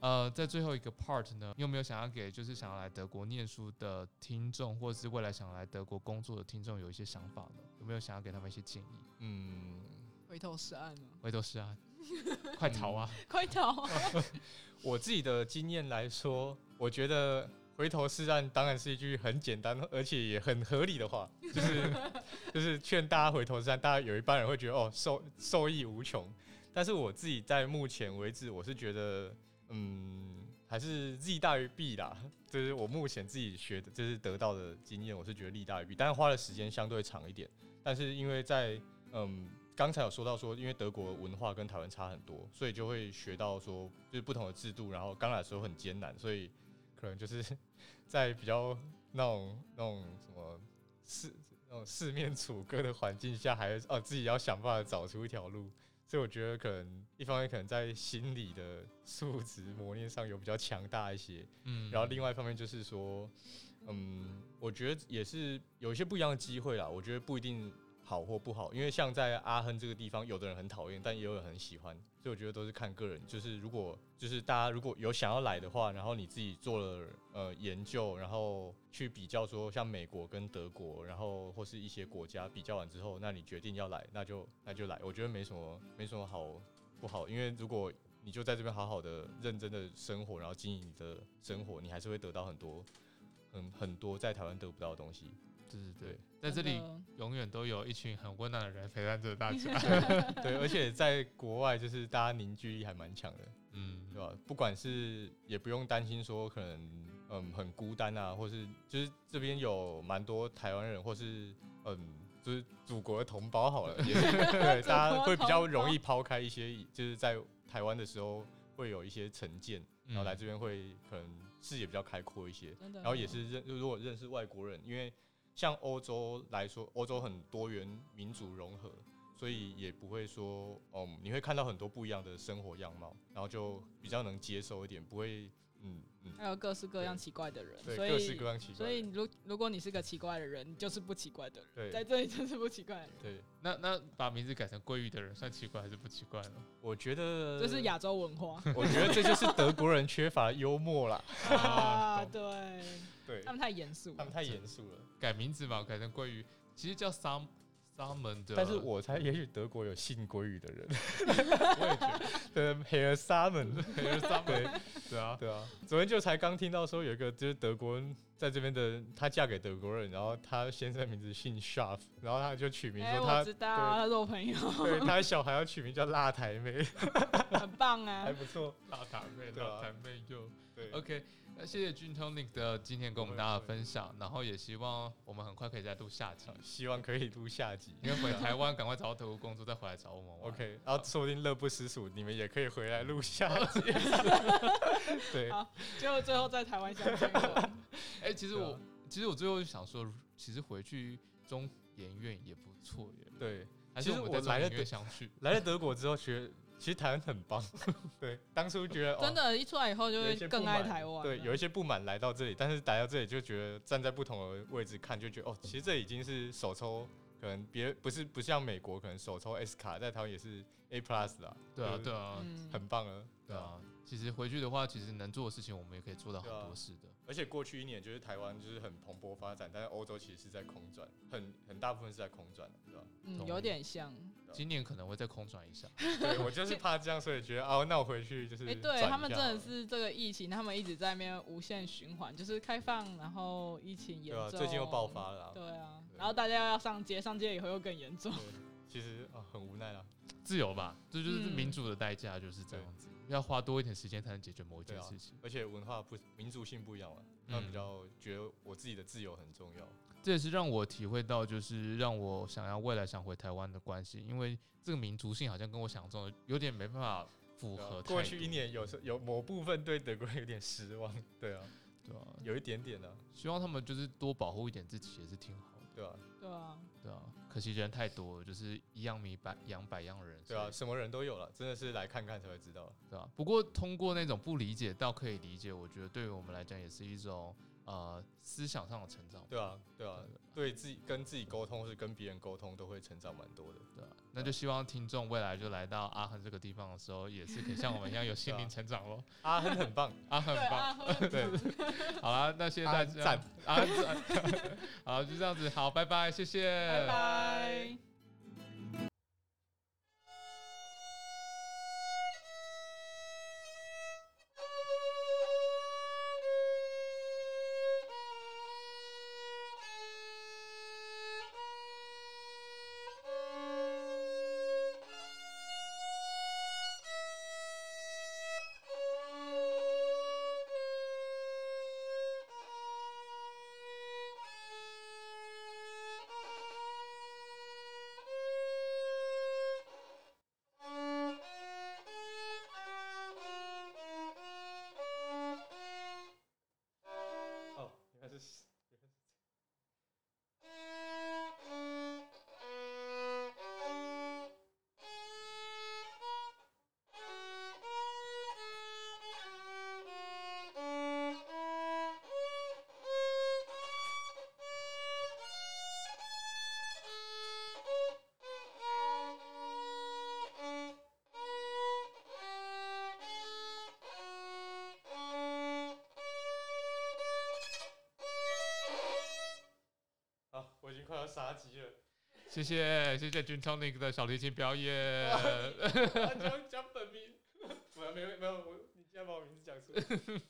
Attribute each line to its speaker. Speaker 1: 呃，在最后一个 part 呢，你有没有想要给就是想要来德国念书的听众，或者是未来想来德国工作的听众有一些想法呢？有没有想要给他们一些建议？
Speaker 2: 嗯，
Speaker 3: 回头是岸啊，
Speaker 1: 回头是 岸，快逃啊！
Speaker 3: 快逃啊！
Speaker 2: 我自己的经验来说，我觉得回头是岸当然是一句很简单而且也很合理的话，就是就是劝大家回头是岸。大家有一半人会觉得哦，受受益无穷，但是我自己在目前为止，我是觉得嗯，还是利大于弊啦。 就是我目前自己学的，就是得到的经验，我是觉得利大于弊，但是花的时间相对长一点。但是因为在嗯，刚才有说到说，因为德国文化跟台湾差很多，所以就会学到说，就是不同的制度，然后刚来的时候很艰难，所以可能就是 在比较那种那种什么四那种四面楚歌的环境下，还哦、自己要想办法找出一条路。所以我觉得可能一方面可能在心理的素质磨练上有比较强大一些，
Speaker 1: 嗯，
Speaker 2: 然后另外一方面就是说，嗯，我觉得也是有一些不一样的机会啦。我觉得不一定好或不好，因为像在阿亨这个地方，有的人很讨厌，但也有人很喜欢，所以我觉得都是看个人。就是如果就是大家如果有想要来的话，然后你自己做了呃研究，然后去比较说像美国跟德国，然后或是一些国家比较完之后，那你决定要来，那就那就来。我觉得没什么没什么好不好，因为如果你就在这边好好的、认真的生活，然后经营你的生活，你还是会得到很多、很很多在台湾得不到的东西。
Speaker 1: 对对对
Speaker 2: 对，
Speaker 1: 在这里
Speaker 3: 真的
Speaker 1: 永远都有一群很温暖的人陪伴着大 家。
Speaker 2: 对，而且在国外就是大家凝聚力还蛮强的，
Speaker 1: 嗯，
Speaker 2: 对啊吧？不管是也不用担心说可能嗯很孤单啊，或是就是这边有蛮多台湾人，或是嗯就是祖国的同胞好了，也是对大家会比较容易抛开一些就是在台湾的时候会有一些成见，
Speaker 1: 嗯
Speaker 2: 然后来这边会可能视野比较开阔一些。
Speaker 3: 真的，
Speaker 2: 然后也是认，如果认识外国人，因为像欧洲来说，欧洲很多元民族融合，所以也不会说，嗯，你会看到很多不一样的生活样貌，然后就比较能接受一点，不会，嗯嗯，
Speaker 3: 还有各式各样奇怪的人，
Speaker 2: 对，
Speaker 3: 所
Speaker 2: 各式各
Speaker 3: 以
Speaker 2: 样奇怪
Speaker 3: 所
Speaker 2: 的
Speaker 3: 以
Speaker 2: 人，
Speaker 3: 如如果你是个奇怪的人，你就是不奇怪的人，在
Speaker 2: 对
Speaker 3: 这里就是不奇怪的人，
Speaker 2: 对，
Speaker 1: 那那把名字改成鲑鱼的人算奇怪还是不奇怪呢？
Speaker 2: 我觉得
Speaker 3: 这是，亚洲文化
Speaker 2: 我觉得这就是德国人缺乏幽默 啦，
Speaker 3: 啊，
Speaker 1: 懂
Speaker 3: 对，
Speaker 2: 对
Speaker 3: 他们太严肃
Speaker 2: 他们
Speaker 3: 了，
Speaker 2: 太严肃了，
Speaker 1: 改名字嘛，改成鲑鱼，其实叫 Sam Salmon 的，
Speaker 2: 但是我猜也许德国有信鲑鱼的 人，
Speaker 1: 我也觉得
Speaker 2: 对，hair salmon。
Speaker 1: 有 Salmon，对啊，
Speaker 2: 对啊，昨天就才刚听到说有一个就是德国人在这边的，她嫁给德国人，然后她先生名字姓 Schaff，然后她就取名
Speaker 3: 哎，
Speaker 2: 说
Speaker 3: 我
Speaker 2: 她、
Speaker 3: 知道，他是我朋友，
Speaker 2: 对她小孩要取名叫辣台 妹，
Speaker 3: 很棒
Speaker 2: 还
Speaker 3: 啊，
Speaker 2: 不错。
Speaker 1: 辣塔妹，
Speaker 2: 对啊
Speaker 1: 辣塔妹就
Speaker 2: 对
Speaker 1: OK。那谢谢 Jun Tonic 的今天跟我们大家的分享，然后也希望我们很快可以再录下 集。
Speaker 2: 希望可以录下集。
Speaker 1: 你们回台湾，赶快找到德国工作，再回来找我们玩。
Speaker 2: OK，然后说不定乐不思蜀，你们也可以回来录下集。 对，
Speaker 3: 好结果最后在台湾相见了，
Speaker 1: 哎、其实我、
Speaker 2: 啊
Speaker 1: 其实我最后想说，其实回去中研院也不错耶。
Speaker 2: 对，
Speaker 1: 还是
Speaker 2: 其实
Speaker 1: 们在
Speaker 2: 我来
Speaker 1: 中
Speaker 2: 了
Speaker 1: 研院相 聚，
Speaker 2: 来了德国之后觉得其实台湾很棒。 对，当初觉 得哦
Speaker 3: 真的，一出来以后就
Speaker 2: 有
Speaker 3: 会
Speaker 2: 一些不
Speaker 3: 更爱
Speaker 2: 满
Speaker 3: 台湾，啊
Speaker 2: 对，有一些不满来到这里，但是来到这里就觉得站在不同的位置看，就觉得哦，其实这已经是首抽，可能别不是不像美国，可能首抽 S 卡，在台湾也是 A plus 啦，
Speaker 1: 对啊，
Speaker 2: 就是
Speaker 1: 对啊，
Speaker 3: 嗯，
Speaker 2: 很棒了，
Speaker 1: 对，啊。其实回去的话，其实能做的事情，我们也可以做到很
Speaker 2: 对啊
Speaker 1: 多事的。
Speaker 2: 而且过去一年就是台湾就是很蓬勃发展，但是欧洲其实是在空转，很很大部分是在空转，对吧？
Speaker 3: 嗯，
Speaker 1: 同
Speaker 3: 有
Speaker 1: 意
Speaker 3: 点像，
Speaker 2: 啊
Speaker 1: 今年可能会再空转一下，
Speaker 2: 对我就是怕这样，所以觉得哦，那我回去就是
Speaker 3: 哎、
Speaker 2: 转一下好了，
Speaker 3: 对他们真的是这个疫情，他们一直在那边无限循环，就是开放，然后疫情
Speaker 2: 对
Speaker 3: 严重、
Speaker 2: 啊，最近又爆，发了啊、
Speaker 3: 对啊，
Speaker 2: 对
Speaker 3: 然后大家要上街，上街以后又更严重
Speaker 2: 对，其实啊、很无奈啦，
Speaker 1: 自由吧，这就是
Speaker 3: 嗯
Speaker 1: 民主的代价，就是这样子，要花多一点时间才能解决某一件
Speaker 2: 对啊
Speaker 1: 事情。
Speaker 2: 而且文化不民族性不一样了，那
Speaker 1: 嗯
Speaker 2: 比较觉得我自己的自由很重要。
Speaker 1: 这也是让我体会到，就是让我想要未来想回台湾的关系，因为这个民族性好像跟我想象中的有点没办法符
Speaker 2: 对啊
Speaker 1: 合。
Speaker 2: 过去一，年有时有某部分对德国人有点失望，对啊，
Speaker 1: 对啊，
Speaker 2: 有一点点啊，
Speaker 1: 希望他们就是多保护一点自己也是挺好的，
Speaker 2: 对啊，
Speaker 3: 对啊，
Speaker 1: 对啊。可惜人太多了，就是一样米百养百样人，
Speaker 2: 对啊，
Speaker 1: 所
Speaker 2: 什么人都有了，真的是来看看才会知道。
Speaker 1: 以，对啊。不过通过那种不理解到可以理解，我觉得对于我们来讲也是一种呃思想上的成长。
Speaker 4: 对啊，对啊，
Speaker 1: 对
Speaker 4: 对自己跟自己沟通，或是跟别人沟通，都会成长蛮多的。
Speaker 1: 对啊，那就希望听众未来就来到阿恒这个地方的时候，也是可以像我们一样有心灵成长喽。
Speaker 4: 阿亨很棒，
Speaker 1: 阿恒
Speaker 3: 对
Speaker 1: 很棒，
Speaker 3: 啊， 会
Speaker 4: 对，
Speaker 1: 好啦，那谢谢
Speaker 4: 阿
Speaker 1: 大家
Speaker 4: 恒赞，
Speaker 1: 阿恒赞，好，就这样子，好，拜拜，谢谢，
Speaker 3: 拜拜。
Speaker 4: 哦，原来是。
Speaker 2: 啊
Speaker 4: 好，我已经快要杀鸡了。
Speaker 1: 谢谢，谢谢 Jun Tonic 的小提琴表演。
Speaker 4: 啊、你要讲本名，我没有没有，我你竟然把我名字讲出来。